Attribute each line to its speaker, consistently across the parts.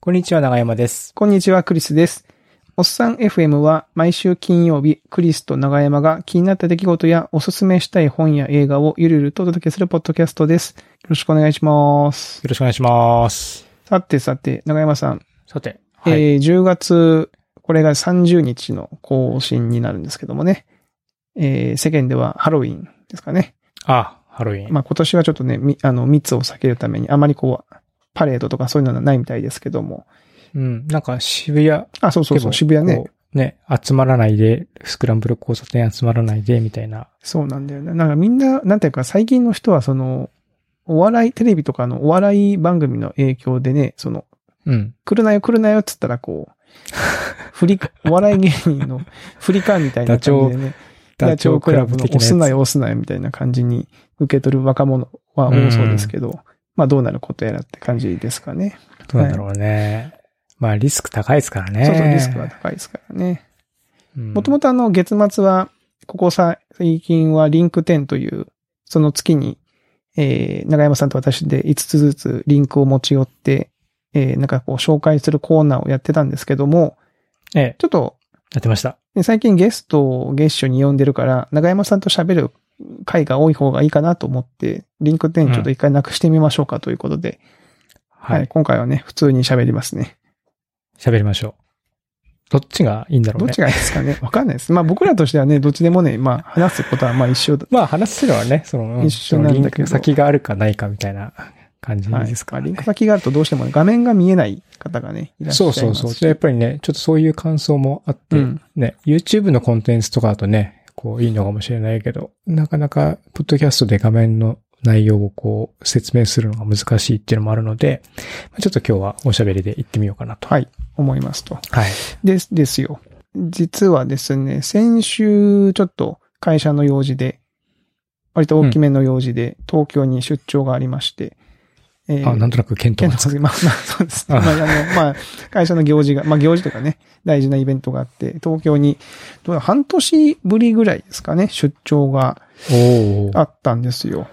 Speaker 1: こんにちは、長山です。
Speaker 2: こんにちは、クリスです。おっさん FM は毎週金曜日、クリスと長山が気になった出来事やおすすめしたい本や映画をゆるゆるとお届けするポッドキャストです。よろしくお願いします。
Speaker 1: よろしくお願いします。
Speaker 2: さてさて、長山さん、
Speaker 1: さて、はい。
Speaker 2: えー10月、これが30日の更新になるんですけどもね、えー世間ではハロウィンですかね。
Speaker 1: あ、ハロウィン。
Speaker 2: まあ今年はちょっとね、みあの密を避けるためにあまりこう、パレードとかそういうのはないみたいですけども。
Speaker 1: うん。なんか渋谷。
Speaker 2: あ、そうそう
Speaker 1: で
Speaker 2: そう、
Speaker 1: も
Speaker 2: 渋谷。ね
Speaker 1: こ。うね、集まらないで、スクランブル交差点集まらないで、みたいな。
Speaker 2: そうなんだよね。なんかみんな、なんていうか最近の人はその、お笑い、テレビとかのお笑い番組の影響でね、その、
Speaker 1: うん。
Speaker 2: 来るなよ来るなよっつったらこう、 振り、お笑い芸人の振り感みたいな感じでね、ダチョウクラブの押すなよ押すなよみたいな感じに受け取る若者は多そうですけど、まあどうなることやらって感じですかね。
Speaker 1: どうなんだろうね。まあ、リスク高いですからね。
Speaker 2: そうそう、リスクは高いですからね。
Speaker 1: うん。
Speaker 2: もともとあの、月末は、ここ最近はリンク10という、その月に、えー、長山さんと私で5つずつリンクを持ち寄って、えー、なんかこう紹介するコーナーをやってたんですけども、
Speaker 1: ええ、
Speaker 2: ちょっと、
Speaker 1: やってました。
Speaker 2: ね最近ゲストを月初に呼んでるから、長山さんと喋る回が多い方がいいかなと思って、リンク10ちょっと一回なくしてみましょうかということで、
Speaker 1: は
Speaker 2: はい、
Speaker 1: い。
Speaker 2: 今回はね、普通に喋りますね。
Speaker 1: 喋、りましょう。どっちがいいんだろう
Speaker 2: どっ
Speaker 1: ね。
Speaker 2: ちがいいですかねわかんないです。まあ僕らとしてはね、どっちでもね、まあ話すことはまあ一緒だ
Speaker 1: まあ、話すのはね、その、うん
Speaker 2: 一緒なんだけど
Speaker 1: そのリンク先があるかないかみたいな感じですか
Speaker 2: はい
Speaker 1: ら
Speaker 2: まあ
Speaker 1: ね、
Speaker 2: リンク先があるとどうしてもね画面が見えない方がね、いらっしゃい
Speaker 1: そう
Speaker 2: ますし。
Speaker 1: そうそう。でやっぱりね、ちょっとそういう感想もあって、
Speaker 2: うん
Speaker 1: ね、YouTube のコンテンツとかだとね、こういいのかもしれないけど、なかなか、ポッドキャストで画面の内容をこう説明するのが難しいっていうのもあるので、まあちょっと今日はおしゃべりで行ってみようかなと。
Speaker 2: はい、思いますと。
Speaker 1: はい。
Speaker 2: です、ですよ。実はですね、先週ちょっと会社の用事で、割と大きめの用事で、東京に出張がありまして、え
Speaker 1: あ、なんと
Speaker 2: と
Speaker 1: なく検討
Speaker 2: まあ、まあ、 そうですね。
Speaker 1: あ
Speaker 2: まあ、あの、まあ、会社の行事が、まあ、行事とかね、大事なイベントがあって、東京に、どうだ半年ぶりぐらいですかね、出張が
Speaker 1: おー
Speaker 2: あったんですよ。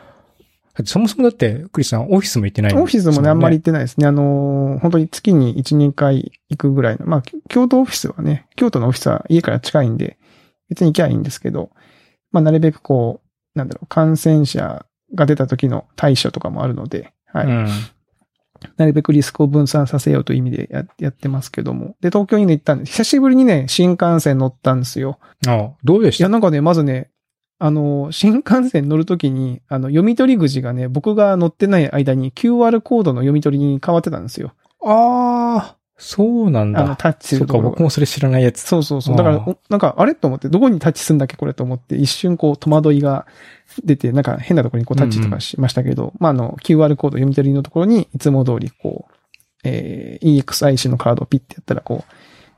Speaker 1: そもそもだって、クリスさん、オフィスも行ってない
Speaker 2: オフィスもね、あんまり行ってないですね。あのー、本当に月に1、2回行くぐらいの。まあ、き京都オフィスはね、京都のオフィスは家から近いんで、別に行きゃいいんですけど、まあ、なるべくこう、なんだろう、感染者が出た時の対処とかもあるので、はい。
Speaker 1: うん。
Speaker 2: なるべくリスクを分散させようという意味でややってますけども。で、東京にね行ったんです。久しぶりにね、新幹線乗ったんですよ。
Speaker 1: あどうでし
Speaker 2: いや、
Speaker 1: た
Speaker 2: なんかね、まずね、あの、新幹線乗るときに、あの、読み取り口がね、僕が乗ってない間に QR コードの読み取りに変わってたんですよ。
Speaker 1: ああ、そうなん
Speaker 2: あの、
Speaker 1: だ。
Speaker 2: タッチす
Speaker 1: そ
Speaker 2: る
Speaker 1: っ
Speaker 2: と
Speaker 1: か、
Speaker 2: ころ
Speaker 1: 僕
Speaker 2: が。
Speaker 1: もそれ知らないやつ。
Speaker 2: そうそうそう。
Speaker 1: あ
Speaker 2: だ
Speaker 1: ー
Speaker 2: から、おなんか、あれと思って、どこにタッチするんだっけこれと思って、一瞬こう、戸惑いが出て、なんか変なところにこうタッチとかしましたけど、まあ、あの、QR コード読み取りのところに、いつも通りこう、えー、EXIC のカードをピッてやったら、こう、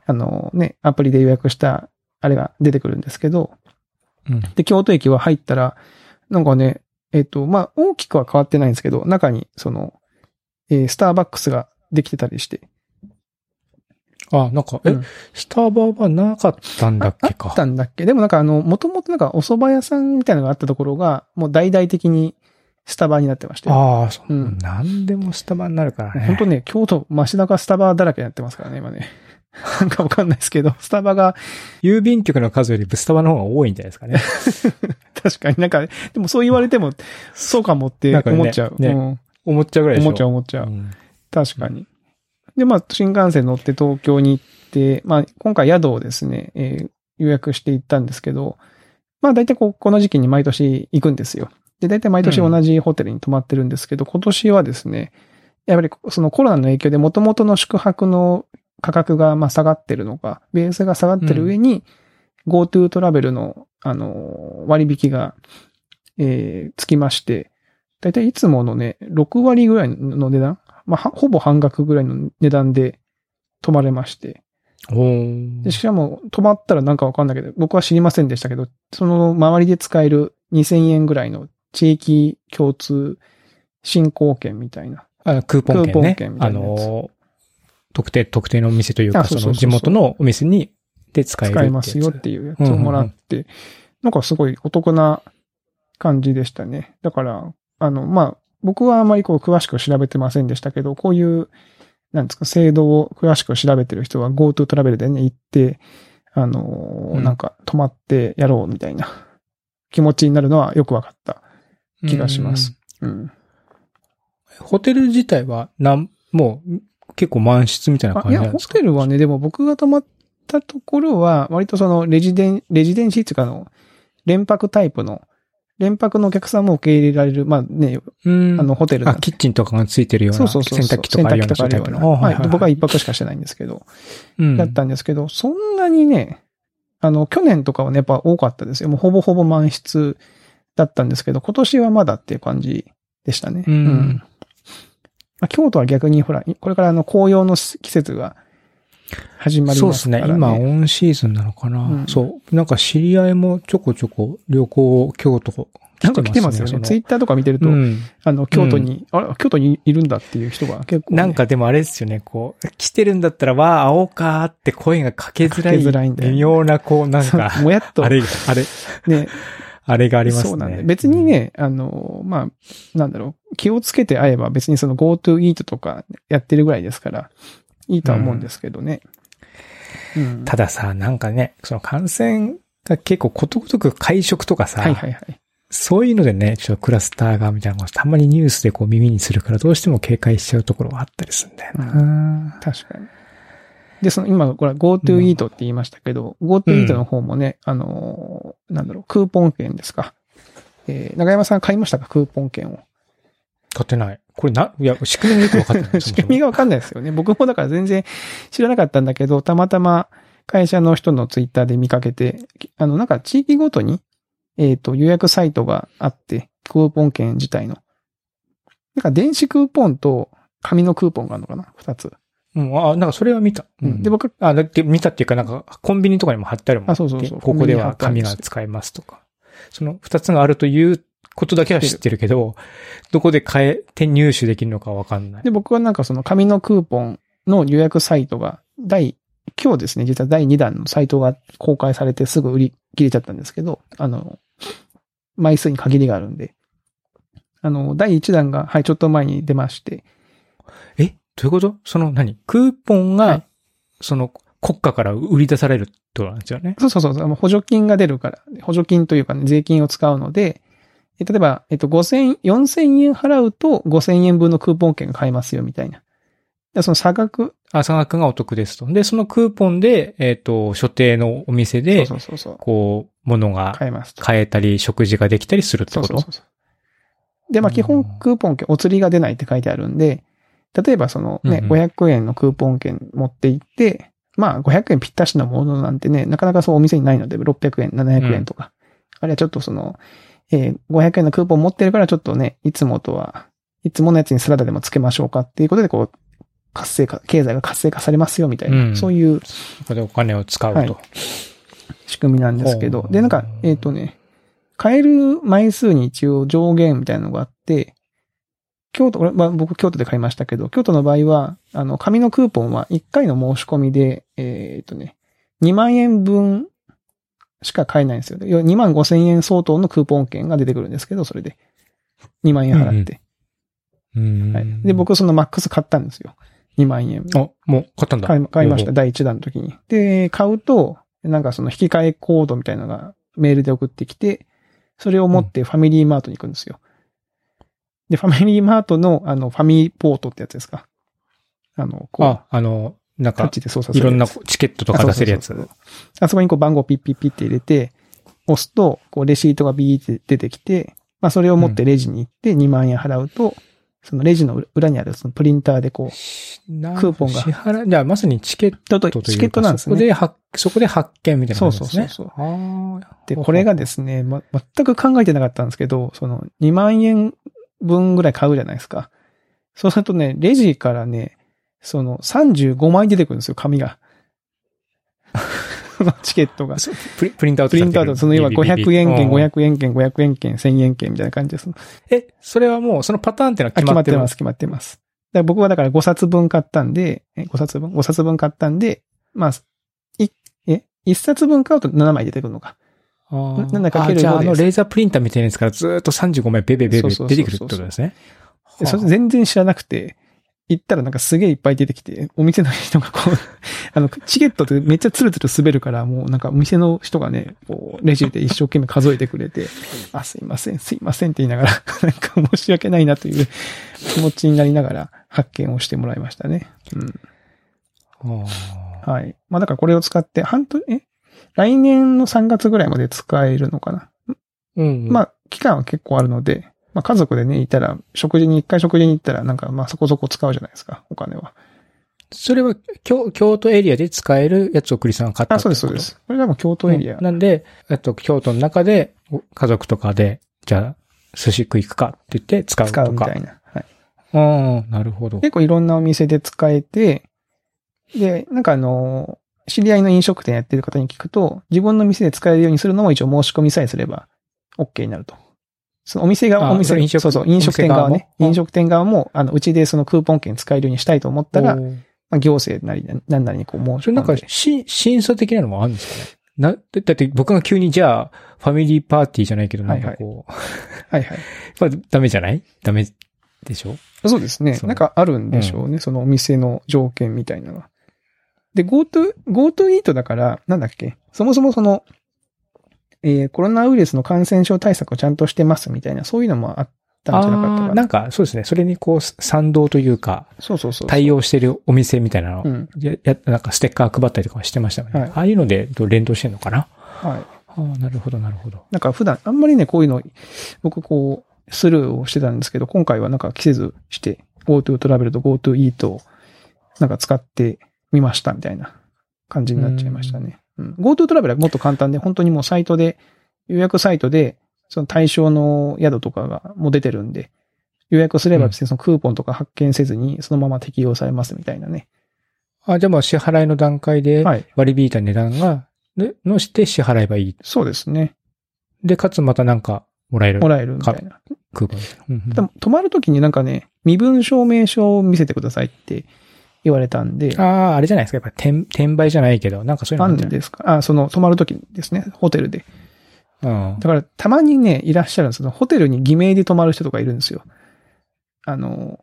Speaker 2: あのね、アプリで予約した、あれが出てくるんですけど、
Speaker 1: うん
Speaker 2: で、京都駅は入ったら、なんかね、えっ、と、まあ、大きくは変わってないんですけど、中に、その、えースターバックスができてたりして。
Speaker 1: あ、なんか、え、
Speaker 2: うん
Speaker 1: スタバはなかったんだっ
Speaker 2: あ
Speaker 1: けか。
Speaker 2: あったんだっけでもなんかあの、もともとなんかお蕎麦屋さんみたいなのがあったところが、もう大々的にスタバになってまして。
Speaker 1: ああ、そう。
Speaker 2: うん
Speaker 1: 何でもスタバになるからね。
Speaker 2: 本当ね、京都、街中スタバだらけになってますからね、今ね。 なんかわかんないですけど、スタバが、
Speaker 1: 郵便局の数よりスタバの方が多いんじゃないですかね。
Speaker 2: 確かになんか、でもそう言われても、そうかもって
Speaker 1: なんかね
Speaker 2: 思っちゃう。
Speaker 1: ね
Speaker 2: うん
Speaker 1: 思っちゃうぐらいでしょ。
Speaker 2: 思っちゃう思っちゃう。
Speaker 1: ん
Speaker 2: 確かに。で、まあ、新幹線乗って東京に行って、まあ、今回宿をですね、えー予約して行ったんですけど、まあ、大体こう、この時期に毎年行くんですよ。で、大体毎年
Speaker 1: うん
Speaker 2: 同じホテルに泊まってるんですけど、今年はですね、やっぱりそのコロナの影響で元々の宿泊の価格がまあ下がってるのか、ベースが下がってる上に、GoTo トラベルの、あのー、割引が、えーつきまして、だいたいいつものね、6割ぐらいの値段、まあ、はほぼ半額ぐらいの値段で泊まれまして、
Speaker 1: おー
Speaker 2: でしかも泊まったらなんかわかんないけど、僕は知りませんでしたけど、その周りで使える2000円ぐらいの地域共通振興券みたいな。
Speaker 1: あクーポン
Speaker 2: ク
Speaker 1: 券
Speaker 2: ーポ
Speaker 1: ね。
Speaker 2: ン券みた
Speaker 1: あ
Speaker 2: いなやつ
Speaker 1: の、特定、特定のお店というか、
Speaker 2: あ
Speaker 1: そ
Speaker 2: そう
Speaker 1: の
Speaker 2: そうそう
Speaker 1: 地元のお店に、で使えるってや
Speaker 2: 使
Speaker 1: つ
Speaker 2: えますよっていうやつをもらって、なんかすごいお得な感じでしたね。だから、あの、まあ、僕はあまりこう詳しく調べてませんでしたけど、こういうなんですか、制度を詳しく調べてる人は GoTo トラベルでね、行って、あのー
Speaker 1: うん
Speaker 2: なんか泊まってやろうみたいな気持ちになるのはよくわかった。気がします。うん。
Speaker 1: ホテル自体は、なん、もう、結構満室みたいな
Speaker 2: あ
Speaker 1: 感
Speaker 2: い
Speaker 1: じな
Speaker 2: や、
Speaker 1: んで
Speaker 2: ホ
Speaker 1: すか
Speaker 2: テルはね、でも僕が泊まったところは、割とそのレジデン、レジデンシーっていうかあの、連泊タイプの、連泊のお客さんも受け入れられる、まあね、
Speaker 1: うん。
Speaker 2: あの、ホテルの
Speaker 1: あ、キッチンとかがついてるよう
Speaker 2: そう
Speaker 1: な、
Speaker 2: そ
Speaker 1: 洗
Speaker 2: うそうそう。
Speaker 1: 濯機とかあるような
Speaker 2: 洗濯機とかあるよう
Speaker 1: タイプ
Speaker 2: な。
Speaker 1: の
Speaker 2: はい。僕は
Speaker 1: はい
Speaker 2: 一泊しかしてないんですけど、
Speaker 1: うん
Speaker 2: だったんですけど、そんなにね、あの、去年とかはね、やっぱ多かったですよ。もうほぼほぼ満室だったんですけど、今年はまだっていう感じでしたね。
Speaker 1: うん
Speaker 2: まあ、京都は逆にほら、これからあの紅葉の季節が始まり
Speaker 1: そう
Speaker 2: ま
Speaker 1: ですす
Speaker 2: か
Speaker 1: ね
Speaker 2: ら、ね。。
Speaker 1: 今、オンシーズンなのかな、
Speaker 2: うん
Speaker 1: そう。なんか知り合いもちょこちょこ旅行、京都、
Speaker 2: なんか来てますよね。
Speaker 1: その
Speaker 2: ツイッターとか見てると、
Speaker 1: うん。
Speaker 2: あの、京都に、あれ、京都にいるんだっていう人が結構ね、
Speaker 1: なんかでもあれですよね、こう、来てるんだったら、わあ、会おうかーって声がかけづらい。
Speaker 2: かけづらいんだよね
Speaker 1: 微妙な、こう、なんか、
Speaker 2: もやっと、
Speaker 1: あれ、あれ、
Speaker 2: ね、
Speaker 1: あれがありますね。
Speaker 2: そうなんだよ。別にね、あの、まあ、なんだろう、気をつけて会えば別にその GoTo Eat とかやってるぐらいですから、いいとは思うんですけどね。うん。
Speaker 1: たださ、なんかね、その感染が結構ことごとく会食とかさ、
Speaker 2: はいはいはい。
Speaker 1: そういうのでね、ちょっとクラスターがみたいなこと、たまにニュースでこう耳にするからどうしても警戒しちゃうところはあったりするんだよな。
Speaker 2: 確かに。で、その今、これ GoTo Eat って言いましたけど、GoTo Eat の方もね、あの、なんだろう、クーポン券ですか。えー、長山さん買いましたかクーポン券を。。
Speaker 1: 勝てない。これな、いや、仕組みがよく分かってない
Speaker 2: 仕組みがわかんないですよね。僕もだから全然知らなかったんだけど、たまたま会社の人のツイッターで見かけて、あの、なんか地域ごとに、えっ、と、予約サイトがあって、クーポン券自体の。なんか電子クーポンと紙のクーポンがあるのかな二つ。
Speaker 1: そもそもうん、あ、なんかそれは見た。
Speaker 2: うんで、僕、
Speaker 1: あ、だって見たっていうか、なんか、コンビニとかにも貼ってあるもん。
Speaker 2: あそうそうそう
Speaker 1: でここでは
Speaker 2: コンビ
Speaker 1: 紙
Speaker 2: ニに貼
Speaker 1: が
Speaker 2: ってあるんですよ
Speaker 1: 使えますとか。その二つがあるということだけは知ってるけど、どこで買え、手入手できるのかわかんない。
Speaker 2: で、僕はなんかその紙のクーポンの予約サイトが、第、今日ですね、実は第2弾のサイトが公開されてすぐ売り切れちゃったんですけど、あの、枚数に限りがあるんで、あの、第1弾が、はい、ちょっと前に出まして、
Speaker 1: えどういうことその何クーポンが、
Speaker 2: はい
Speaker 1: その、国家から売り出されるってことなんですよね。
Speaker 2: そうそうそうそう、あの補助金が出るから、補助金というかね、税金を使うので、え例えば、えっと、5000、4000円払うと5000円分のクーポン券が買えますよ、みたいな。でその差額、
Speaker 1: あ、差額がお得ですと。で、そのクーポンで、えっ、と、所定のお店で、
Speaker 2: そうそうそうそう、
Speaker 1: こう、物が
Speaker 2: 買えますと。
Speaker 1: 買えたり、食事ができたりするって
Speaker 2: そう
Speaker 1: こと
Speaker 2: そうそうそう。で、まあ基
Speaker 1: うん
Speaker 2: 本クーポン券、お釣りが出ないって書いてあるんで、例えばそのね、
Speaker 1: うんうん
Speaker 2: 500円のクーポン券持って行って、まあ500円ぴったしのものなんてね、なかなかそうお店にないので、600円、700円とか。あるいはちょっとその、えー500円のクーポン持ってるからちょっとね、いつもとは、いつものやつにサラダでもつけましょうかっていうことで、こう、活性化、経済が活性化されますよみたいな、
Speaker 1: うん
Speaker 2: そういう
Speaker 1: ここでお金を使うと。
Speaker 2: はい仕組みなんですけど
Speaker 1: ほ、う
Speaker 2: で、なんか、えっ、とね、買える枚数に一応上限みたいなのがあって、京都、俺まあ、僕京都で買いましたけど、京都の場合は、あの、紙のクーポンは1回の申し込みで、えっ、とね、2万円分しか買えないんですよ。要は2万5千円相当のクーポン券が出てくるんですけど、それで。2万円払って。
Speaker 1: うん
Speaker 2: はい、で、、僕そのマックス買ったんですよ。2万円。
Speaker 1: あ、もう買ったんだ。
Speaker 2: 買い買いまし
Speaker 1: 両方。
Speaker 2: た、第1弾の時に。で、買うと、なんかその引き換えコードみたいなのがメールで送ってきて、それを持ってファミリーマートに行くんですよ。で、ファミリーマートの、あの、ファミポートってやつですか。あの、こう、
Speaker 1: あ、あの、なん
Speaker 2: タッ
Speaker 1: か、
Speaker 2: チで操作す
Speaker 1: い
Speaker 2: るや
Speaker 1: ろ
Speaker 2: つ。
Speaker 1: んなチケットとか出せるや
Speaker 2: あそうそ
Speaker 1: つ
Speaker 2: う。あそこにこう番号ピッピッピッって入れて、押すと、こうレシートがビーって出てきて、まあそれを持ってレジに行って2万円払うと、そのレジの裏にあるそのプリンターでこう、ク
Speaker 1: ク
Speaker 2: ーポンが
Speaker 1: 支払い、じゃあまさにチケット
Speaker 2: ちょっと
Speaker 1: というか。
Speaker 2: チケットなんですね
Speaker 1: そこ。で発、そこで発見みたいな感じですね。
Speaker 2: そうそう
Speaker 1: そうそう。
Speaker 2: で、これがですね、ま、全く考えてなかったんですけど、その2万円分ぐらい買うじゃないですか。そうするとね、レジからね、その35枚出てくるんですよ、紙が。 そのチケットが。
Speaker 1: そうプリプリントアウト
Speaker 2: プリントアウト、その要は500円券、
Speaker 1: 円。
Speaker 2: 500円券、500円券、1000円券みたいな感じです。
Speaker 1: え、それはもう、そのパターンってのは
Speaker 2: あ
Speaker 1: 決
Speaker 2: 決
Speaker 1: ま
Speaker 2: ま
Speaker 1: っ
Speaker 2: ってて
Speaker 1: る
Speaker 2: ます、決まってます。だから僕はだから5冊分買ったんで、え5冊分 ?5 冊分買ったんで、まあ、い、え ?1 冊分買うと7枚出てくるのか。
Speaker 1: あー
Speaker 2: なんだかける
Speaker 1: あじゃあ、
Speaker 2: の
Speaker 1: あ
Speaker 2: で
Speaker 1: の、レーザープリンターみたいなやつからずーっと35枚ベベベベ
Speaker 2: そうそうそうそう
Speaker 1: 出てくるってことですね
Speaker 2: で。それ
Speaker 1: は
Speaker 2: 全然知らなくて、行ったらなんかすげえいっぱい出てきて、お店の人がこう、 あの、チケットってめっちゃツルツル滑るから、もうなんかお店の人がね、こう、レジで一生懸命数えてくれて、あ、すいません、すいませんって言いながら、 なんか申し訳ないなという気持ちになりながら発見をしてもらいましたね。うん。
Speaker 1: あ
Speaker 2: はい。まあだからこれを使って、半年、え来年の3月ぐらいまで使えるのかな
Speaker 1: ーうん。
Speaker 2: まあ、期間は結構あるので、まあ、家族でね、いたら、食事に、一回食事に行ったら、なんか、まあ、そこそこ使うじゃないですか、お金は。
Speaker 1: それは京、京都エリアで使えるやつを栗さんが買った
Speaker 2: あ、
Speaker 1: って
Speaker 2: そう
Speaker 1: こ
Speaker 2: で
Speaker 1: と
Speaker 2: す、そうで。す。これがもう京都エリア。
Speaker 1: うんなんで、えっと、京都の中で、お家族とかで、じゃあ、寿司食い行くかって言って使うと
Speaker 2: 使
Speaker 1: か。
Speaker 2: うみたいな。はい。
Speaker 1: うん、なるほど。
Speaker 2: 結構いろんなお店で使えて、で、なんかあの、知り合いの飲食店やってる方に聞くと、自分の店で使えるようにするのも一応申し込みさえすれば、OK になると。そのお店
Speaker 1: あ
Speaker 2: 側、お
Speaker 1: そ
Speaker 2: 店、
Speaker 1: れ飲食
Speaker 2: そうそう、飲食店側
Speaker 1: お
Speaker 2: ね。
Speaker 1: 店側も
Speaker 2: 飲食店側も、あの、うちでそのクーポン券使えるようにしたいと思ったら、
Speaker 1: お
Speaker 2: ま
Speaker 1: ー
Speaker 2: あ、行政なり、なんなりにこう申し込んで。
Speaker 1: それなんか、し、審査的なのもあるんですかねな、だだって僕が急にじゃあ、ファミリーパーティーじゃないけど、なんかこう、
Speaker 2: はいはい。
Speaker 1: やっぱダメじゃないダメでしょ
Speaker 2: そうですね。
Speaker 1: そう
Speaker 2: なんかあるんでしょうね。そのお店の条件みたいなのは。で、GoTo、GoToEat だから、なんだっけ。そもそもその、えーコロナウイルスの感染症対策をちゃんとしてますみたいな、そういうのもあったんじゃなかった
Speaker 1: あ
Speaker 2: か
Speaker 1: ー
Speaker 2: な。
Speaker 1: なんか、そうですね。それにこう、賛同というか、
Speaker 2: そうそうそう。
Speaker 1: 対応してるお店みたいなの
Speaker 2: う、ん。
Speaker 1: や、や、なんかステッカー配ったりとかしてましたよね。
Speaker 2: はい
Speaker 1: ああいうのでどう連動してんのかな
Speaker 2: はい。
Speaker 1: ああ、なるほど、なるほど。
Speaker 2: なんか普段、あんまりね、こういうの、僕こう、スルーをしてたんですけど、今回はなんか着せずして、GoTo トラベルと GoToEat を、なんか使ってみましたみたいな感じになっちゃいましたね。うん。GoTo トラベルはもっと簡単で、本当にもうサイトで、予約サイトで、その対象の宿とかがもう出てるんで、予約すれば別にそのクーポンとか発見せずに、そのまま適用されますみたいなね。
Speaker 1: あ、じゃあまあ支払いの段階で
Speaker 2: はい。
Speaker 1: 割り引いた値段が、でのして支払えばいい。
Speaker 2: そうですね。
Speaker 1: で、かつまたなんかもらえる
Speaker 2: もらえるみたいな。
Speaker 1: クーポンみたいな。うんうん
Speaker 2: でも、泊まるときになんかね、身分証明書を見せてくださいって言われたんで、
Speaker 1: ああ、あれじゃないですか。やっぱ転、転売じゃないけど、なんかそういうのあ
Speaker 2: な
Speaker 1: る
Speaker 2: ん
Speaker 1: んじゃない
Speaker 2: ですかあ、その、泊まるときですね、ホテルで。
Speaker 1: うん。
Speaker 2: だから、たまにね、いらっしゃるんですよ。ホテルに偽名で泊まる人とかいるんですよ。あの、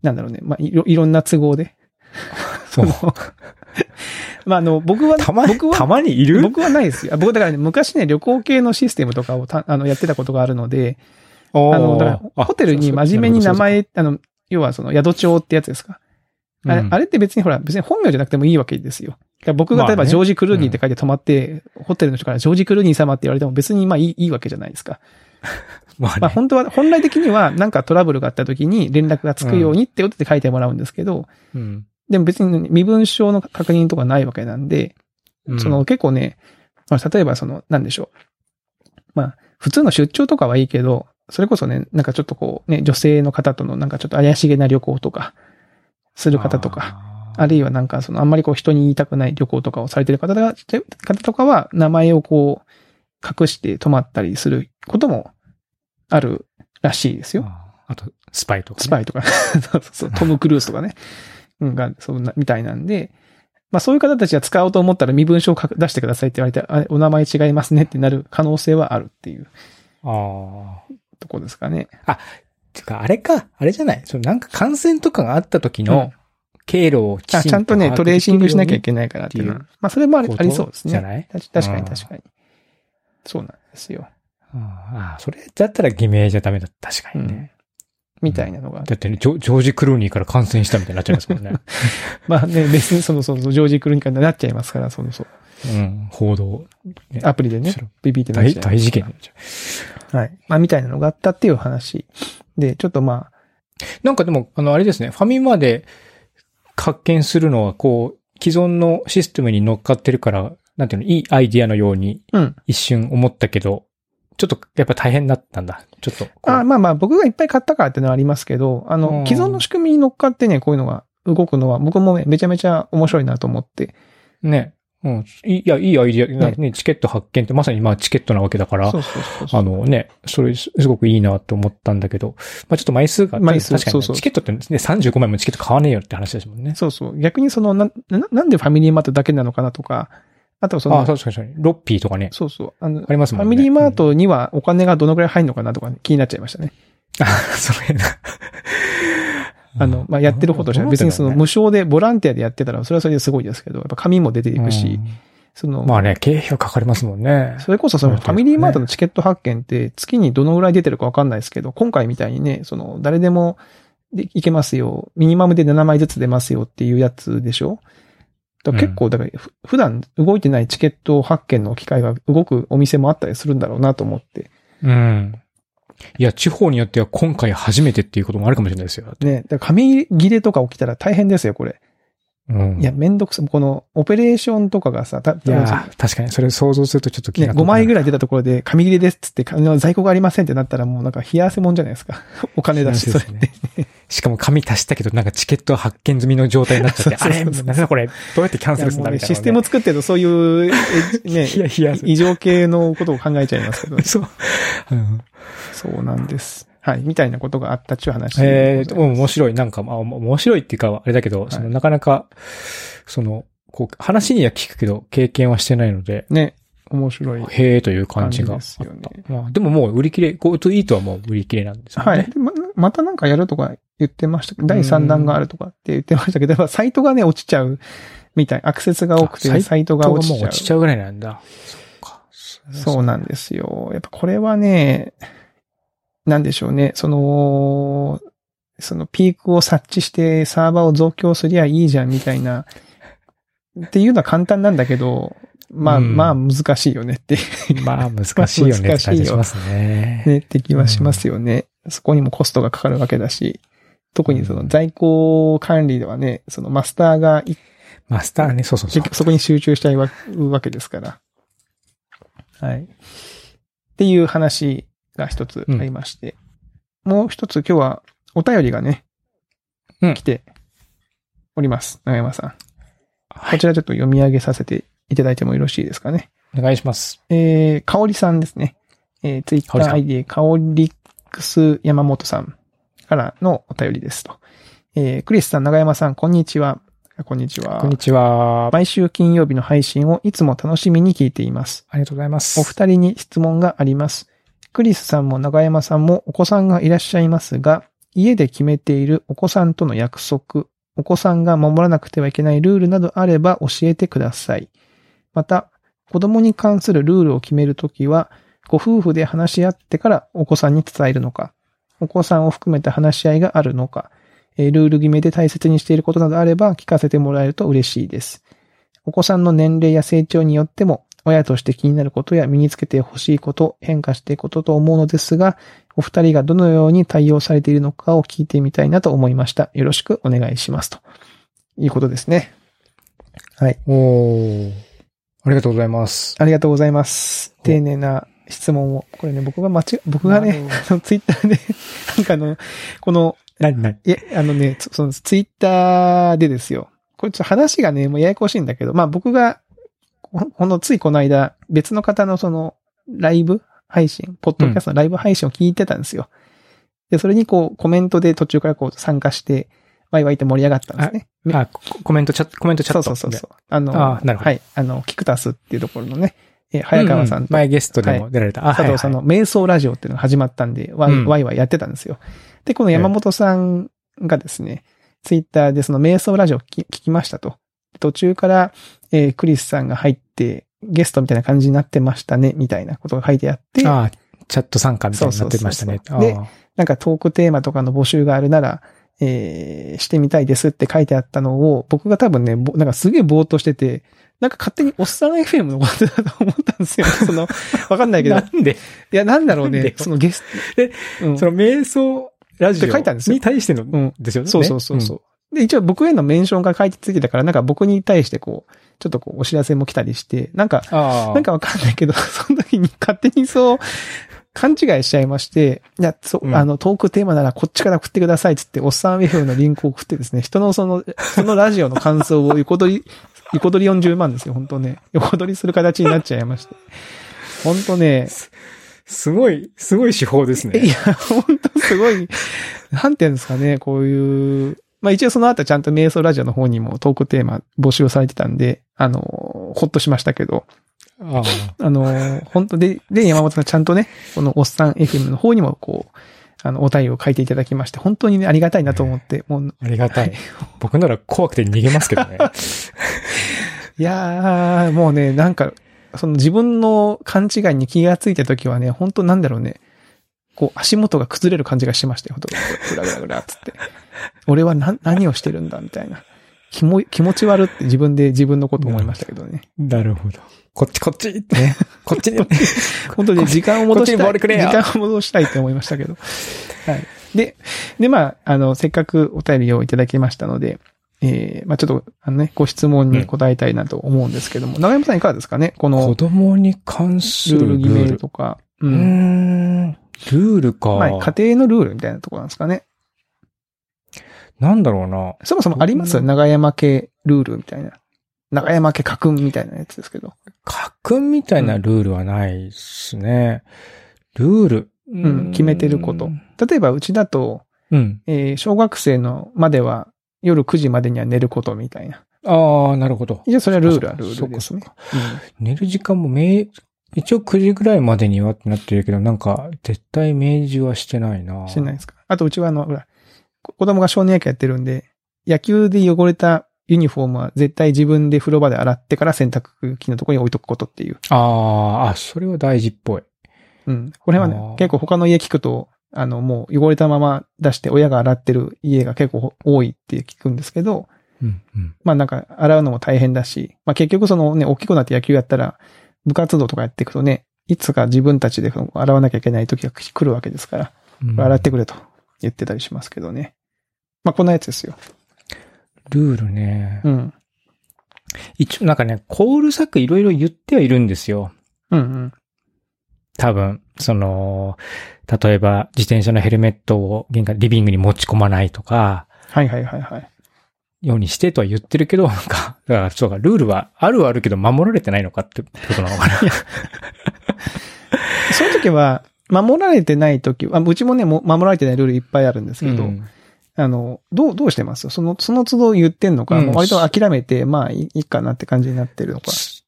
Speaker 2: なんだろうね、まあ、いろ、いろんな都合で。
Speaker 1: そう
Speaker 2: の。 まあ、あの、僕は、
Speaker 1: たまに
Speaker 2: 僕、は
Speaker 1: たまにいる
Speaker 2: 僕はないですよ。あ僕、だからね、昔ね、旅行系のシステムとかをたあのやってたことがあるので、
Speaker 1: おー
Speaker 2: あの、だから、
Speaker 1: あ
Speaker 2: ホテルに真面目に名
Speaker 1: そうそう
Speaker 2: 前、あの、要はその宿帳ってやつですか。あ
Speaker 1: う
Speaker 2: れ
Speaker 1: ん
Speaker 2: あれって別にほら、別に本名じゃなくてもいいわけですよ。だから僕が例え
Speaker 1: まあ
Speaker 2: ば
Speaker 1: ね
Speaker 2: ジョージ・クルーニーって書いて泊まって、ホテルの人からジョージ・クルーニー様って言われても別にまあいいいいわけじゃないですか。
Speaker 1: まあ
Speaker 2: まあ
Speaker 1: ね、
Speaker 2: 本当は、本来的にはなんかトラブルがあった時に連絡がつくようにってことで書いてもらうんですけど、
Speaker 1: うん
Speaker 2: でも別に身分証の確認とかないわけなんで、
Speaker 1: うん
Speaker 2: その結構ね、まあ、例えばその、なんでしょう。まあ、普通の出張とかはいいけど、それこそね、なんかちょっとこう、ね、女性の方とのなんかちょっと怪しげな旅行とか、する方とか、あるいはなんかその、あんまりこう人に言いたくない旅行とかをされてる方が、方とかは、名前をこう、隠して泊まったりすることもあるらしいですよ。
Speaker 1: あーあと、スパイとかね、
Speaker 2: スパイとか、 そうそうトム・クルーズとかね、うんが、そんな、みたいなんで、まあそういう方たちが使おうと思ったら身分証を書く出してくださいって言われて、あお名前違いますねってなる可能性はあるっていう
Speaker 1: ああ。
Speaker 2: とこですかね。
Speaker 1: てか、あれか、あれじゃない。そのなんか感染とかがあった時
Speaker 2: うん
Speaker 1: の経路をきちん
Speaker 2: あ
Speaker 1: と、
Speaker 2: ちゃんとね、トレーシングしなきゃいけないからっていう
Speaker 1: っ
Speaker 2: の
Speaker 1: てい
Speaker 2: は。
Speaker 1: う
Speaker 2: まあそれもあり
Speaker 1: こと
Speaker 2: ありそうです
Speaker 1: じゃ
Speaker 2: ね。
Speaker 1: ない
Speaker 2: たし確かに
Speaker 1: うん
Speaker 2: 確かに。そうなんですよ。
Speaker 1: ああ、それだったら偽名じゃダメだ。確か
Speaker 2: う
Speaker 1: に
Speaker 2: ん
Speaker 1: ね。。
Speaker 2: みたいなのがあって。
Speaker 1: だってねジョ、ジョージ・クルーニーから感染したみたいになっちゃいます もんね。
Speaker 2: まあね、別にその、その、ジョージ・クルニカになっちゃいますから、その、そう。
Speaker 1: うん、報道。
Speaker 2: アプリでね
Speaker 1: それ、
Speaker 2: ビビってなっ
Speaker 1: 大、
Speaker 2: ちゃいますから
Speaker 1: 大事件になっちゃう。
Speaker 2: はい。まあ、みたいなのがあったっていう話。で、ちょっとまあ、
Speaker 1: なんかでも、あの、あれですね、ファミマで発見するのは、こう、既存のシステムに乗っかってるから、なんていうの、いいアイディアのように
Speaker 2: うん。
Speaker 1: 一瞬思ったけど、ちょっとやっぱ大変だったんだ。ちょっとこう。
Speaker 2: あまあまあ、僕がいっぱい買ったからっていうのはありますけど、あ
Speaker 1: うん
Speaker 2: の、既存の仕組みに乗っかってね、こういうのが動くのは、僕もね、めちゃめちゃ面白いなと思って。
Speaker 1: ね。うん。いいや、いいアイディア、ねチケット発見ってまさにまあチケットなわけだから、
Speaker 2: そうそうそうそう。
Speaker 1: あのね、それすすごくいいなと思ったんだけど、まあちょっと枚数が、
Speaker 2: 枚数
Speaker 1: 確かにね、
Speaker 2: そうそう
Speaker 1: チケットってね、35枚もチケット買わねえよって話ですもんね。
Speaker 2: そうそう。逆にその、な、ななんでファミリーマートだけなのかなとか、あとはそ
Speaker 1: あ
Speaker 2: の、
Speaker 1: あ、確かに確かに。ロッピーとかね。
Speaker 2: そうそう。あの、
Speaker 1: あります
Speaker 2: フ
Speaker 1: も
Speaker 2: ァ
Speaker 1: んね。
Speaker 2: ミリーマートに はお金がどのくらい入るのかなとかね、気になっちゃいましたね。
Speaker 1: うん。あ、それな。
Speaker 2: あの、まあ、やってることじゃ別にその無償でボランティアでやってたら、それはそれですごいですけど、やっぱ紙も出ていくし、その、
Speaker 1: まあね、経費はかかりますもんね。
Speaker 2: それこそそのファミリーマートのチケット発券って月にどのぐらい出てるかわかんないですけど、今回みたいにね、その誰でもでいけますよ、ミニマムで7枚ずつ出ますよっていうやつでしょだから結構、だからふ普段動いてないチケット発券の機会が動くお店もあったりするんだろうなと思って。
Speaker 1: うん。いや、地方によっては今回初めてっていうこともあるかもしれないですよ。だって
Speaker 2: ね、だから紙切れとか起きたら大変ですよ、これ。
Speaker 1: うん。
Speaker 2: いや、めんどくさい。このオペレーションとかがさ、た、
Speaker 1: い
Speaker 2: た
Speaker 1: やー、確かにそれを想像するとちょっと気
Speaker 2: ね、
Speaker 1: が遠くな
Speaker 2: 5
Speaker 1: る
Speaker 2: 枚ぐらい出たところで、紙切れですっつって、あの在庫がありませんってなったら、もうなんか冷や汗もんじゃないですか。 お金だし、それって。
Speaker 1: ね。しかも紙足したけど、なんかチケットは発見済みの状態になっち ゃって、
Speaker 2: そ
Speaker 1: あ
Speaker 2: うそう
Speaker 1: れ、
Speaker 2: そう
Speaker 1: なんだこれ、どうやってキャン
Speaker 2: い
Speaker 1: セ
Speaker 2: や
Speaker 1: ルするん
Speaker 2: も
Speaker 1: だ
Speaker 2: うね
Speaker 1: みたいな、
Speaker 2: システムを作ってるとそういう、 えね、
Speaker 1: いやいや、
Speaker 2: 異常系のことを考えちゃいますけど、
Speaker 1: そう。うん
Speaker 2: そうなんです。はい、みたいなことがあったっちゅう話
Speaker 1: え
Speaker 2: で
Speaker 1: え
Speaker 2: ござ
Speaker 1: ー、
Speaker 2: います。
Speaker 1: うん面白い。なんか、まあ、お面白いっていうか、あれだけど、
Speaker 2: い
Speaker 1: その、なかなか、その、こう、話には聞くけど、経験はしてないので、
Speaker 2: ね、面白い
Speaker 1: へえという感
Speaker 2: 感
Speaker 1: じ
Speaker 2: じ
Speaker 1: があ
Speaker 2: で
Speaker 1: っ
Speaker 2: すよね。
Speaker 1: た。まあ、でももう売り切れ、GoToEat はもう売り切れなんですよね。
Speaker 2: はい。でままたなんかやるとか言ってましたけど、第3弾があるとかって言ってましたけど、やっぱサイトがね、落ちちゃうみたい。アクセスが多く
Speaker 1: あサ
Speaker 2: て、
Speaker 1: イ
Speaker 2: サイトが
Speaker 1: 人が
Speaker 2: 落
Speaker 1: も
Speaker 2: ち
Speaker 1: う
Speaker 2: ちゃ
Speaker 1: 落
Speaker 2: う
Speaker 1: ち。ちゃうぐらいなんだ。そっか。
Speaker 2: そうなんですよ。やっぱこれはね、なんでしょうね。その、そのピークを察知してサーバーを増強すりゃいいじゃんみたいな、っていうのは簡単なんだけど、まあ、
Speaker 1: うん
Speaker 2: まあ難しいよねって、
Speaker 1: まあ、難しいよねって感じがしますね。
Speaker 2: ね、って気はしますよね。そこにもコストがかかるわけだし、特にその在庫管理ではね、そのマスターがい
Speaker 1: マスターね、そうそうそう
Speaker 2: 結。局そこに集中しちゃうわけですから。はい。っていう話が一つありまして。もう一つ今日はお便りがね、
Speaker 1: うん
Speaker 2: 来ております。長山さん。
Speaker 1: は
Speaker 2: こ
Speaker 1: い
Speaker 2: ち。らちょっと読み上げさせていただいてもよろしいですかね。
Speaker 1: お願いします。
Speaker 2: えー、かおりさんですね。えー、ツイッタ
Speaker 1: かおりさん
Speaker 2: ー ID、かおりックス山本さんからのお便りですと。えー、クリスさん、長山さん、こんにちは。こんにちは。
Speaker 1: こんにちは。
Speaker 2: 毎週金曜日の配信をいつも楽しみに聞いています。
Speaker 1: ありがとうございます。
Speaker 2: お二人に質問があります。クリスさんも長山さんもお子さんがいらっしゃいますが、家で決めているお子さんとの約束、お子さんが守らなくてはいけないルールなどあれば教えてください。また、子供に関するルールを決めるときは、ご夫婦で話し合ってからお子さんに伝えるのか、お子さんを含めた話し合いがあるのか、えールール決めで大切にしていることなどあれば聞かせてもらえると嬉しいです。お子さんの年齢や成長によっても、親として気になることや身につけてほしいこと、変化していくことと思うのですが、お二人がどのように対応されているのかを聞いてみたいなと思いました。よろしくお願いします。ということですね。はい。
Speaker 1: おーありがとうございます。
Speaker 2: ありがとうございます。丁寧な質問を。これね、僕が間違、僕がね、あの、ツイッターで、なんかあの、この、
Speaker 1: なになに
Speaker 2: いや、あのね、つそのツイッターでですよ。これちょっと話がね、もうややこしいんだけど、まあ僕が、ここのついこの間、別の方のその、ライブ配信、ポッドキャストのライブ配信を聞いてたんですよ。で、それにこう、コメントで途中からこう参加して、ワイワイって盛り上がったんですね。め
Speaker 1: あ、ココメントチャット、コメントチャッ
Speaker 2: そ
Speaker 1: ト
Speaker 2: う
Speaker 1: で。
Speaker 2: そうそうそう。あの、
Speaker 1: あーなるほど
Speaker 2: はい、あの、キクタスっていうところのね、えー早川さ
Speaker 1: うんう
Speaker 2: と、
Speaker 1: 前ゲストでも出られた。あ、
Speaker 2: 佐藤さん
Speaker 1: はい
Speaker 2: の瞑想ラジオっていうのが始まったんで、ワ
Speaker 1: う
Speaker 2: イ
Speaker 1: ん
Speaker 2: ワイワイやってたんですよ。で、この山本さんがですね、ツイッターでその瞑想ラジオき聞きましたと。途中から、えークリスさんが入って、ゲストみたいな感じになってましたね、みたいなことが書いてあって、
Speaker 1: はいあ、チャット参加みたいになってましたね。
Speaker 2: そうそうそうそう
Speaker 1: あー
Speaker 2: なんかトークテーマとかの募集があるなら、えーしてみたいですって書いてあったのを、僕が多分ね、ぼなんかすげえぼーっとしてて、なんか勝手におっさん FM のことだと思ったんですよ。その、わかんないけど。い
Speaker 1: なんで、
Speaker 2: や、なんだろう
Speaker 1: なんで
Speaker 2: ね
Speaker 1: よ。
Speaker 2: そのゲスト。
Speaker 1: え
Speaker 2: うん
Speaker 1: その瞑想ラジ
Speaker 2: って書いたんです
Speaker 1: オ
Speaker 2: よ
Speaker 1: に対しての、
Speaker 2: うん
Speaker 1: ですよね。
Speaker 2: そうそうそうそう、で、一応僕へのメンションが書いてついてたから、なんか僕に対してこう、ちょっとこう、お知らせも来たりして、なんか、
Speaker 1: うん。ああ。
Speaker 2: なん、かわかんないけど、 その時に勝手にそう、勘違いしちゃいまして、いや、そう
Speaker 1: うん
Speaker 2: あの、トークテーマならこっちから送ってくださいっつって、おっさん FM のリンクを送ってですね、人のその、 そのラジオの感想を横取り、横取り40万ですよ、本当ね。横取りする形になっちゃいまして。本当ね、
Speaker 1: すごい、すごい手法です
Speaker 2: い
Speaker 1: ね。
Speaker 2: や、本当すごい、なんていうんですかね、こういう、まあ一応その後ちゃんと瞑想ラジオの方にもトークテーマ募集をされてたんで、あの、ほっとしましたけど、
Speaker 1: あ
Speaker 2: あの、本当で、で、山本さんちゃんとね、このおっさん FM の方にもこう、あの、お便りを書いていただきまして、本当にね、ありがたいなと思って、もう、
Speaker 1: ありがたい
Speaker 2: は。
Speaker 1: 僕なら怖くて逃げますけどね。
Speaker 2: いやー、もうね、なんか、その自分の勘違いに気がついた時はね、本当なんだろうね、こう足元が崩れる感じがしてましたよ。ほんとぐらぐらぐらっつって。俺はな、何をしてるんだみたいな。気も、気持ち悪って自分で自分のこと思いましたけどね。
Speaker 1: なるほど。こっちこっちってね。 こっちね。
Speaker 2: 本当に時間を戻し
Speaker 1: こっちにボ
Speaker 2: た
Speaker 1: ー
Speaker 2: い。
Speaker 1: ルく
Speaker 2: 時
Speaker 1: れよ
Speaker 2: 間を戻したいって思いましたけど。はい。で、で、まあ、あの、せっかくお便りをいただきましたので、えー、まあちょっと、あのね、ご質問に答えたいなと思うんですけども、長山さんいかがですかねこの、
Speaker 1: 子供に関す
Speaker 2: ルール
Speaker 1: るル
Speaker 2: 決
Speaker 1: ー
Speaker 2: め
Speaker 1: ル。
Speaker 2: とか。う
Speaker 1: うー
Speaker 2: ん。
Speaker 1: ん。ルールか。
Speaker 2: まあ、家庭のルールみたいなところなんですかね。
Speaker 1: なんだろうな。
Speaker 2: そもそもあります
Speaker 1: うん
Speaker 2: 長山家ルールみたいな。長山家家訓みたいなやつですけど。
Speaker 1: 家訓みたいなルールはないですね。ルール。う
Speaker 2: うん決めてること。例えば、うちだと、
Speaker 1: うん。
Speaker 2: えー小学生のまでは夜9時までには寝ることみたいな。
Speaker 1: ああ、なるほど。
Speaker 2: じゃあ、それはルールはルー
Speaker 1: そっ
Speaker 2: ル
Speaker 1: か
Speaker 2: で
Speaker 1: そ
Speaker 2: す
Speaker 1: っ
Speaker 2: ね
Speaker 1: か。寝る時間も明、一応9時ぐらいまでにはってなってるけど、なんか、絶対明示はしてないな。
Speaker 2: うん。してないですか。あと、うちはあの、ほら、こ子供が少年野球やってるんで、野球で汚れたユニフォームは絶対自分で風呂場で洗ってから洗濯機のところに置いとくことっていう。
Speaker 1: ああ、あ、それは大事っぽい。
Speaker 2: うん。これは
Speaker 1: あー
Speaker 2: ね、結構他の家聞くと、あの、もう汚れたまま出して親が洗ってる家が結構多いって聞くんですけど、
Speaker 1: うん、うん。
Speaker 2: まあなんか洗うのも大変だし、まあ結局そのね、大きくなって野球やったら、部活動とかやっていくとね、いつか自分たちでその洗わなきゃいけない時が来るわけですから、
Speaker 1: うん
Speaker 2: 洗ってくれと言ってたりしますけどね。まあこんなやつですよ。
Speaker 1: ルールね。
Speaker 2: うん。
Speaker 1: 一応なんかね、コール作いろいろ言ってはいるんですよ。
Speaker 2: うんうん。
Speaker 1: 多分、その、例えば自転車のヘルメットを玄関、リビングに持ち込まないとか、
Speaker 2: はいはいはいはい。
Speaker 1: ようにしてとは言ってるけど、なんか、だからそうか、ルールはあるはあるけど守られてないのかってことなのかな。
Speaker 2: その時は、守られてない時は、あうちもね、も守られてないルールいっぱいあるんですけど、
Speaker 1: うん
Speaker 2: あの、どう、どうしてますその、その都度言ってんのか、
Speaker 1: うん
Speaker 2: もう割と諦めて、まあいいいいかなって感じになってるのか。
Speaker 1: つ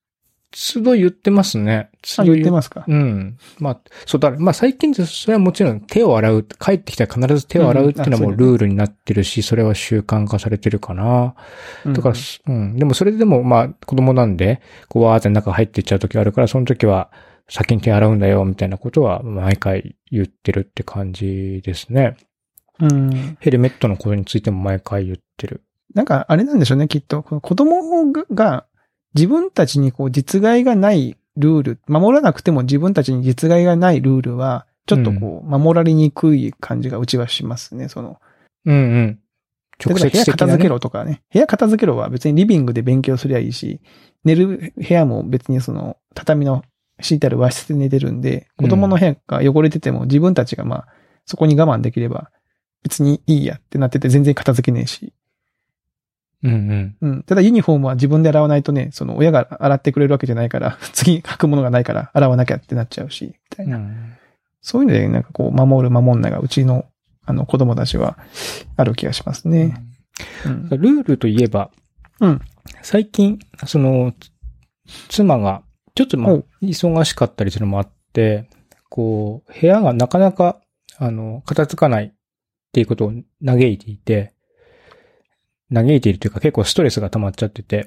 Speaker 1: つど言ってますね。つ
Speaker 2: あ、
Speaker 1: ど
Speaker 2: 言ってますか。
Speaker 1: うん。まあ、そうだね、まあ最近です、それはもちろん手を洗う、帰ってきたら必ず手を洗うっていうのはも
Speaker 2: うん
Speaker 1: う
Speaker 2: あそうだね
Speaker 1: ルールになってるし、それは習慣化されてるかな。だから、うん。でもそれでも、まあ、子供なんで、こう、わーって中入っていっちゃう時あるから、その時は、先に手洗うんだよ、みたいなことは、毎回言ってるって感じですね。
Speaker 2: うん、うん。
Speaker 1: ヘルメットのことについても毎回言ってる。
Speaker 2: なんか、あれなんでしょうね、きっと。この子供がが、自分たちにこう、実害がないルール、守らなくても自分たちに実害がないルールは、ちょっとこう、守られにくい感じがうちはしますね、その。
Speaker 1: うんうん。直
Speaker 2: 例えば
Speaker 1: 接
Speaker 2: 部屋
Speaker 1: 的
Speaker 2: 片
Speaker 1: な、
Speaker 2: 付
Speaker 1: ね。
Speaker 2: けろとかね。部屋片付けろは別にリビングで勉強すりゃいいし、寝る部屋も別にその畳の敷いてある和室で寝てるんで、
Speaker 1: うん
Speaker 2: 子供の部屋が汚れてても自分たちがまあ、そこに我慢できれば別にいいやってなってて全然片付けねえし。
Speaker 1: うんうん。
Speaker 2: うん。ただユニフォームは自分で洗わないとね、その親が洗ってくれるわけじゃないから、 次書くものがないから洗わなきゃってなっちゃうし、みたいな。
Speaker 1: うん
Speaker 2: そういうのでなんかこう、守る守んないがうちのあの子供たちはある気がしますね。うん
Speaker 1: ルールといえば、
Speaker 2: うん
Speaker 1: 最近、その、つ妻が、ちょっとまあ
Speaker 2: おう、
Speaker 1: 忙しかったりするのもあって、こう、部屋がなかなか、あの、片付かないっていうことを嘆いていて、嘆いているというか結構ストレスが溜まっちゃってて、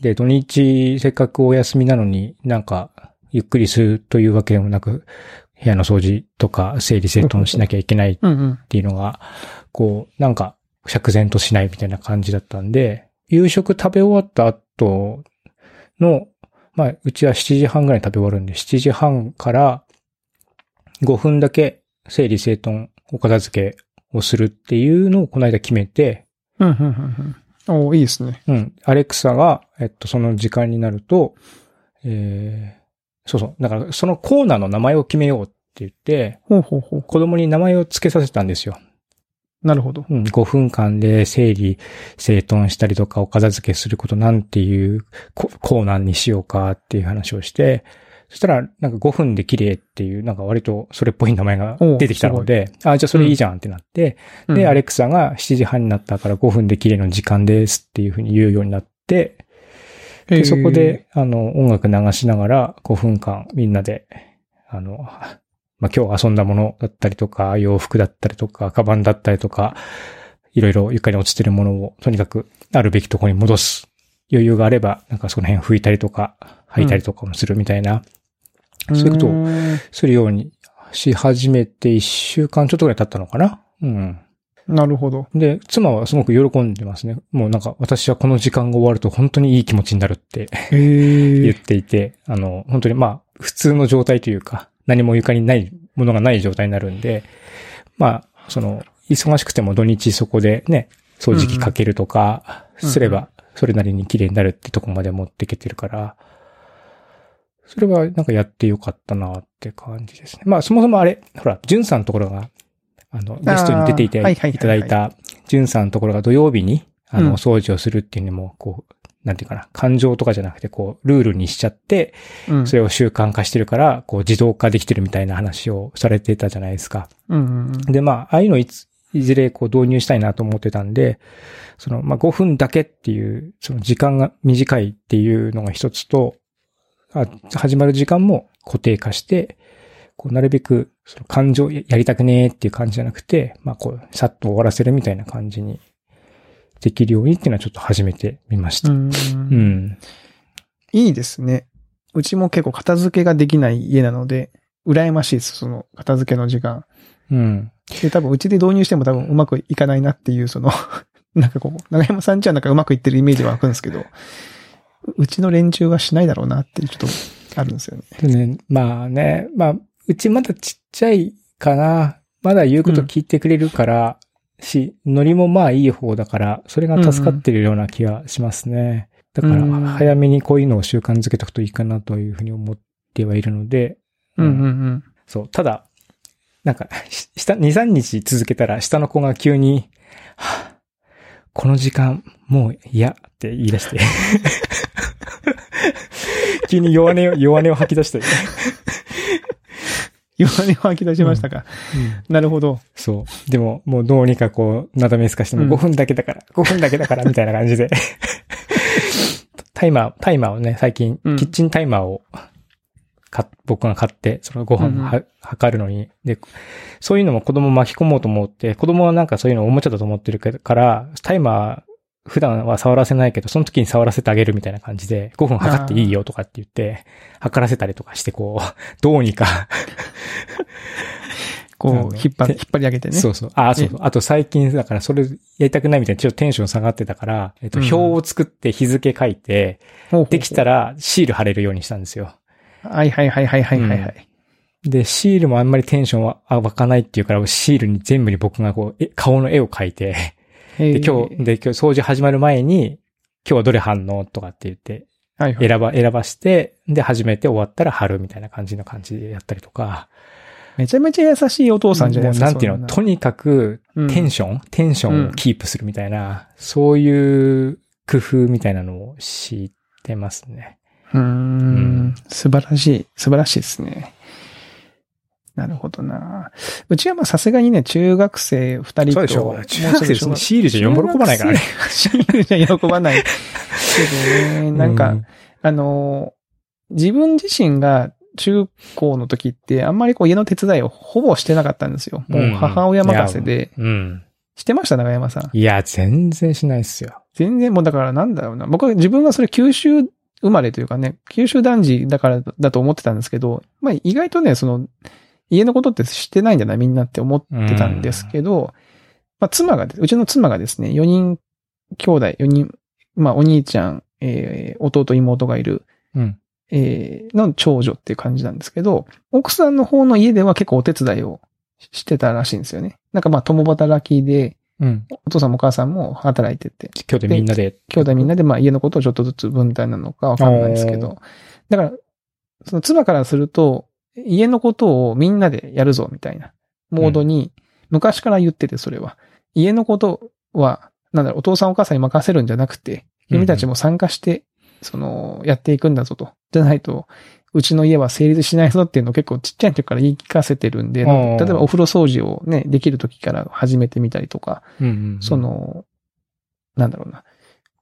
Speaker 1: で、土日せっかくお休みなのになんか、ゆっくりするというわけでもなく、部屋の掃除とか整理整頓しなきゃいけない
Speaker 2: うんうん。
Speaker 1: っていうのが、こう、なんか、釈然としないみたいな感じだったんで、夕食食べ終わった後の、まあ、うちは7時半ぐらいに食べ終わるんで、7時半から5分だけ整理整頓、お片付けをするっていうのをこの間決めて、
Speaker 2: うん、うん、うん。うん。おいいですね。
Speaker 1: うん、アレクサが、えっと、その時間になると、えー、そうそう、だからそのコーナーの名前を決めようって言って、
Speaker 2: ほうほうほう。
Speaker 1: 子供に名前を付けさせたんですよ。
Speaker 2: なるほど。
Speaker 1: うん、5分間で整理、整頓したりとか、お片付けすることなんていうココーナーにしようかっていう話をして、そしたら、なんか5分で綺麗っていう、なんか割とそれっぽい名前が出てきたので、あ、じゃあそれいいじゃんってなって、
Speaker 2: うん
Speaker 1: で、アレクサが7時半になったから5分で綺麗の時間ですっていうふうに言うようになって、
Speaker 2: え
Speaker 1: で、
Speaker 2: ー
Speaker 1: そこで、あの、音楽流しながら5分間みんなで、あの、まあ今日遊んだものだったりとか、洋服だったりとか、カバンだったりとか、いろいろ床に落ちてるものを、とにかくあるべきところに戻す。余裕があれば、なんかその辺拭いたりとか、履いたりとかもするみたいな、そういうことを
Speaker 2: と
Speaker 1: するようにし始めて1週間ちょっとぐらい経ったのかなうん。
Speaker 2: なるほど。
Speaker 1: で、妻はすごく喜んでますね。もうなんか私はこの時間が終わると本当にいい気持ちになるって
Speaker 2: へ
Speaker 1: 言っ
Speaker 2: ー
Speaker 1: ていて、あの、本当にまあ、普通の状態というか、何も床にない、ものがない状態になるんで、まあ、その、忙しくても土日そこでね、掃除機かけるとか、
Speaker 2: うんうん
Speaker 1: すれば、それなりに綺麗になるってとこまで持ってけてるから、それはなんかやってよかったなって感じですね。まあ、そもそもあれ、ほら、じゅんさんのところが、あの、ゲストに出ていて
Speaker 2: あ
Speaker 1: い
Speaker 2: ーはいはいはいはい
Speaker 1: ただいた、じゅんさんのところが土曜日に、あの、
Speaker 2: うん
Speaker 1: お掃除をするっていうのも、こう、なんていうかな、感情とかじゃなくて、こう、ルールにしちゃって、
Speaker 2: うん
Speaker 1: それを習慣化してるから、こう自動化できてるみたいな話をされてたじゃないですか。
Speaker 2: うんうん
Speaker 1: で、まあ、ああいうのいつ、いずれこう導入したいなと思ってたんで、その、まあ5分だけっていう、その時間が短いっていうのが一つと、あ始まる時間も固定化して、こうなるべく、その感情ややりたくねーっていう感じじゃなくて、まあこう、さっと終わらせるみたいな感じにできるようにっていうのはちょっと始めてみまし
Speaker 2: う
Speaker 1: た。
Speaker 2: ん
Speaker 1: う
Speaker 2: うん
Speaker 1: ん。
Speaker 2: いいですね。うちも結構片付けができない家なので、羨ましいです、その片付けの時間。
Speaker 1: うん。
Speaker 2: で、多分うちで導入しても多分うまくいかないなっていう、その、 なんかこう、長山さんちはなんかうまくいってるイメージは湧くんですけど、ううちの連中はしないだろうなっていうちょっとあるんですよね。
Speaker 1: でね、まあね、まあ、うちまだちっちゃいかな。まだ言うこと聞いてくれるから、し、ノリもまあいい方だから、それが助かってるような気がしますね。
Speaker 2: うんうん
Speaker 1: だから、早めにこういうのを習慣づけとくといいかなというふうに思ってはいるので、
Speaker 2: うんうんうん。
Speaker 1: そう、ただ、なんか、し下、2、3日続けたら、下の子が急に、はぁこの時間、もう嫌って言い出 して。急に弱音を、弱音を吐き出して。
Speaker 2: 弱音を吐き出しましたか。なるほど。
Speaker 1: そう。でも、もうどうにかこう、なだめすかしても
Speaker 2: うん
Speaker 1: 5分だけだから、5分だけだ から、みたいな感じで。タイマー、タイマーをね、最近、
Speaker 2: うん
Speaker 1: キッチンタイマーを、か、僕が買って、その5分は、
Speaker 2: う
Speaker 1: 測るのに。で、そういうのも子供巻き込もうと思って、子供はなんかそういうのおもちゃだと思ってるから、タイマー、普段は触らせないけど、その時に触らせてあげるみたいな感じで、5分測っていいよとかって言って、測らせたりとかして、こう、どうにか、あ
Speaker 2: こ
Speaker 1: の
Speaker 2: う、引っ張
Speaker 1: て
Speaker 2: り、引っ張り上げてね。
Speaker 1: そうそう。あ、そうそう。あと最近、だからそれやりたくないみたいな、ちょっとテンション下がってたから、えっと、
Speaker 2: うん
Speaker 1: 表を作って日付書いて、
Speaker 2: ほうほうほう
Speaker 1: できた。らシール貼れるようにしたんですよ。
Speaker 2: はいはいはいはいはいはいはい。
Speaker 1: で、シールもあんまりテンションはあ湧かないっていうから、シールに全部に僕がこう、え顔の絵を描いて、
Speaker 2: へ
Speaker 1: で、今
Speaker 2: ー
Speaker 1: 日、、で、今日掃除始まる前に、今日はどれ貼んのとかって言って、
Speaker 2: はいはい。
Speaker 1: 選ば、選ばして、で、始めて終わったら貼るみたいな感じの感じでやったりとか。
Speaker 2: めちゃめちゃ優しいお父さんじゃないですか。
Speaker 1: もうなんていうの、
Speaker 2: そ
Speaker 1: とにかく
Speaker 2: んな
Speaker 1: テンション、テンションをキープするみたいな、そういう工夫みたいなのを知ってますね。
Speaker 2: うー
Speaker 1: ん
Speaker 2: ん素晴らしい。素晴らしいですね。なるほどな。うちはまあさすがにね、中学生二人と。もう
Speaker 1: 中学生です
Speaker 2: ぐ小
Speaker 1: ね。
Speaker 2: 学
Speaker 1: シールじゃ喜ばないから ね。
Speaker 2: シールじゃ喜ばない。けどね、なんか、
Speaker 1: う
Speaker 2: あのー、自分自身が中高の時ってあんまりこう家の手伝いをほぼしてなかったんですよ。もう母親任せで。
Speaker 1: うん。
Speaker 2: してました、長山さん。
Speaker 1: いや、全然しないっすよ。
Speaker 2: 全然もうだからなんだろうな。僕は自分がそれ九州生まれというかね、九州男児だからだと思ってたんですけど、まあ意外とね、その、家のことって知ってないんじゃないみんなって思ってたんですけど、まあ妻がで、うちの妻がですね、4人兄弟、4人、まあお兄ちゃん、えー弟妹がいる、
Speaker 1: うん。
Speaker 2: えーの長女っていう感じなんですけど、奥さんの方の家では結構お手伝いをしてたらしいんですよね。なんかまあ共働きで、
Speaker 1: うん。
Speaker 2: お父さんもお母さんも働いてて、
Speaker 1: 今日でみんなで。
Speaker 2: 兄弟みんなでまあ家のことをちょっとずつ分担なのかわかんないですけど。だから、その妻からすると、家のことをみんなでやるぞみたいなモードに、昔から言っててそれは。家のことは、なんだろう、お父さんお母さんに任せるんじゃなくて、君たちも参加して、その、やっていくんだぞと。じゃないと、うちの家は成立しないぞっていうのを結構ちっちゃい時から言い聞かせてるんで、
Speaker 1: あー
Speaker 2: 例えばお風呂掃除をね、できる時から始めてみたりとか、
Speaker 1: うんうんうん
Speaker 2: そ、の、なんだろうな。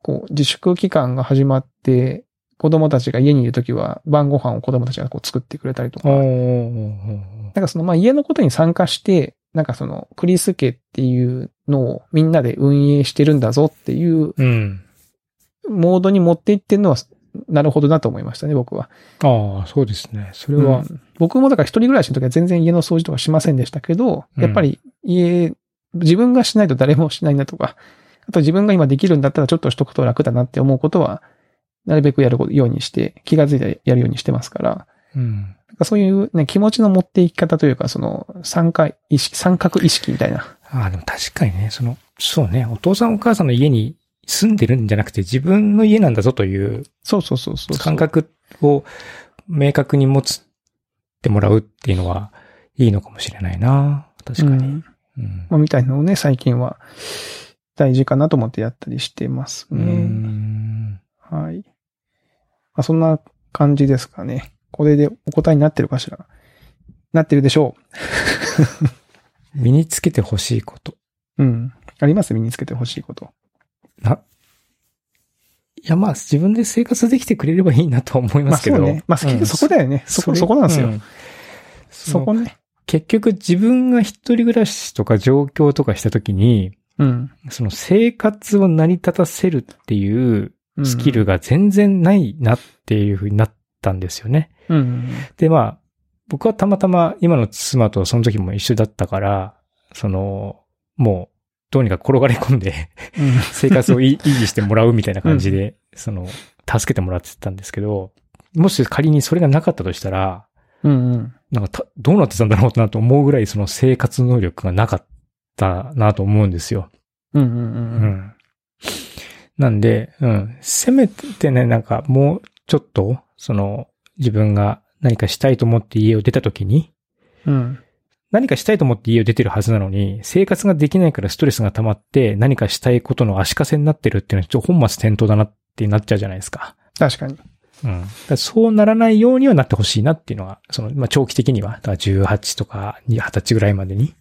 Speaker 2: こう、自粛期間が始まって、子供たちが家にいるときは晩ご飯を子供たちがこう作ってくれたりとか、
Speaker 1: おーおーおー
Speaker 2: なんかそのまあ家のことに参加して、なんかそのクリス家っていうのをみんなで運営してるんだぞっていう
Speaker 1: うん。
Speaker 2: モードに持っていってるのは、なるほどなと思いましたね、僕は。
Speaker 1: ああ、そうですね。それは、
Speaker 2: うん僕もだから一人暮らしの時は全然家の掃除とかしませんでしたけど、
Speaker 1: うん
Speaker 2: やっぱり家、自分がしないと誰もしないなとか、あと自分が今できるんだったらちょっとしとくと楽だなって思うことは、なるべくやるようにして、気がついてやるようにしてますから、
Speaker 1: うん。
Speaker 2: なんかそういうね、気持ちの持っていき方というか、その、参加意識、三角意識みたいな。
Speaker 1: ああ、でも確かにね、その、そうね、お父さんお母さんの家に住んでるんじゃなくて自分の家なんだぞという
Speaker 2: そうそうそうそうそう。
Speaker 1: 感覚を明確に持つってもらうっていうのはいいのかもしれないな。確か
Speaker 2: う
Speaker 1: に。
Speaker 2: ん
Speaker 1: うん
Speaker 2: まあ、みたいなのをね、最近は大事かなと思ってやったりしてます
Speaker 1: う
Speaker 2: ね。
Speaker 1: ん
Speaker 2: はい。まあ、そんな感じですかね。これでお答えになってるかしら。なってるでしょ
Speaker 1: 身につけてほしいこと。
Speaker 2: う。うん。あります身につけてほしいこと。
Speaker 1: いや、まあ、自分で生活できてくれればいいなと思い
Speaker 2: ま
Speaker 1: ま
Speaker 2: あ
Speaker 1: すけ
Speaker 2: そう
Speaker 1: ど。
Speaker 2: ね。まあ結
Speaker 1: うん
Speaker 2: 局そこだよね。そこ、
Speaker 1: れ
Speaker 2: そこなんですよ。
Speaker 1: うそ
Speaker 2: そ
Speaker 1: の
Speaker 2: こね。
Speaker 1: 結局自分が一人暮らしとか状況とかした時に、
Speaker 2: うん。
Speaker 1: その生活を成り立たせるっていう
Speaker 2: うん
Speaker 1: スキル。が全然ないなっていうふうになったんですよね。
Speaker 2: うん。
Speaker 1: で、まあ、僕はたまたま今の妻とその時も一緒だったから、その、もう、どうにか転がり込んで、
Speaker 2: うん
Speaker 1: 生活をい維持してもらうみたいな感じで、その、助けてもらってたんですけど、もし仮にそれがなかったとしたら、
Speaker 2: うんうん。
Speaker 1: なんかたどうなってたんだろうなと思うぐらいその生活能力がなかったなと思うんですよ。
Speaker 2: うんうんうん
Speaker 1: う
Speaker 2: うん。
Speaker 1: ん。なんで、うん。せめてね、なんかもうちょっと、その、自分が何かしたいと思って家を出た時に、
Speaker 2: うん。
Speaker 1: 何かしたいと思って家を出てるはずなのに、生活ができないからストレスが溜まって、何かしたいことの足かせになってるっていうのはちょっと本末転倒だなってなっちゃうじゃないですか。
Speaker 2: 確かに。
Speaker 1: うん。だからそうならないようにはなってほしいなっていうのが、その、まあ、長期的には、だから18とかに20歳ぐらいまでに、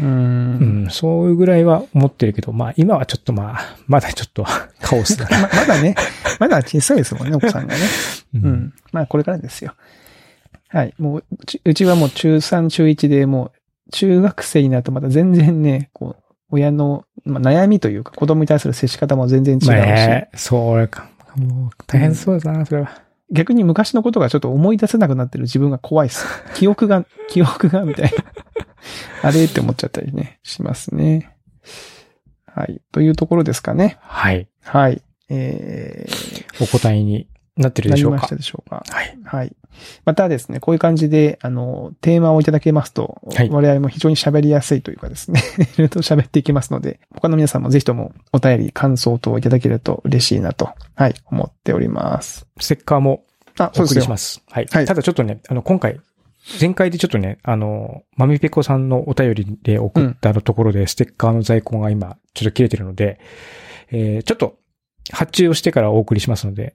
Speaker 2: う。
Speaker 1: うんん、そういうぐらいは思ってるけど、まあ今はちょっとまあ、まだちょっと カオスだな。
Speaker 2: ままだね、まだ小さいですもんね、お子さんがね。
Speaker 1: う
Speaker 2: う。ん。まあ、これからですよ。はい。もう、うちうちはもう中3、中1でもう、中学生になるとまた全然ね、こう、親の、まあ、悩みというか、子供に対する接し方も全然違うし、
Speaker 1: まあね、そうか。もう大変そうですな、それは。
Speaker 2: 逆に昔のことがちょっと思い出せなくなってる自分が怖いっ す。記憶が、記憶が、みたいな。 あれって思っちゃったりね、しますね。はい。というところですかね。
Speaker 1: はい。
Speaker 2: はい。えー、
Speaker 1: お答えになってる
Speaker 2: な
Speaker 1: でし
Speaker 2: り
Speaker 1: ょう
Speaker 2: まし
Speaker 1: か
Speaker 2: た。でしょうか。
Speaker 1: はい。
Speaker 2: はい。またですね、こういう感じで、あの、テーマをいただけますと、
Speaker 1: はい
Speaker 2: 我々も非常に喋りやすいというかですね、 いろいろと喋っていきますので、他の皆さんもぜひともお便り、感想等をいただけると嬉しいなと、はい、思っております。
Speaker 1: ステッカーも
Speaker 2: あ、
Speaker 1: お
Speaker 2: そう
Speaker 1: 送り
Speaker 2: で
Speaker 1: し
Speaker 2: すね。
Speaker 1: ます。はい。
Speaker 2: はい
Speaker 1: ただちょっとね、あの、今回、前回でちょっとね、あの、まみぺこさんのお便りで送ったところで、ステッカーの在庫が今、ちょっと切れてるので、えー、ちょっと、発注をしてからお送りしますので、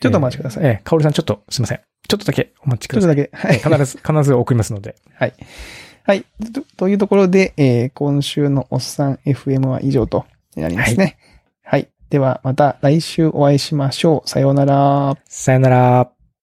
Speaker 2: ちょっとお待ちください。
Speaker 1: えーえー、かおりさんちょっと、すいません。ちょっとだけお待ちく
Speaker 2: ちょ
Speaker 1: だ
Speaker 2: っと
Speaker 1: さい。
Speaker 2: だけ。はい。
Speaker 1: 必ず、必ず送りますので。
Speaker 2: はい。はい。とというところで、えー今週のおっさん FM は以上となりますね。はい。では、また来週お会いしましょう。さようなら。
Speaker 1: さよなら。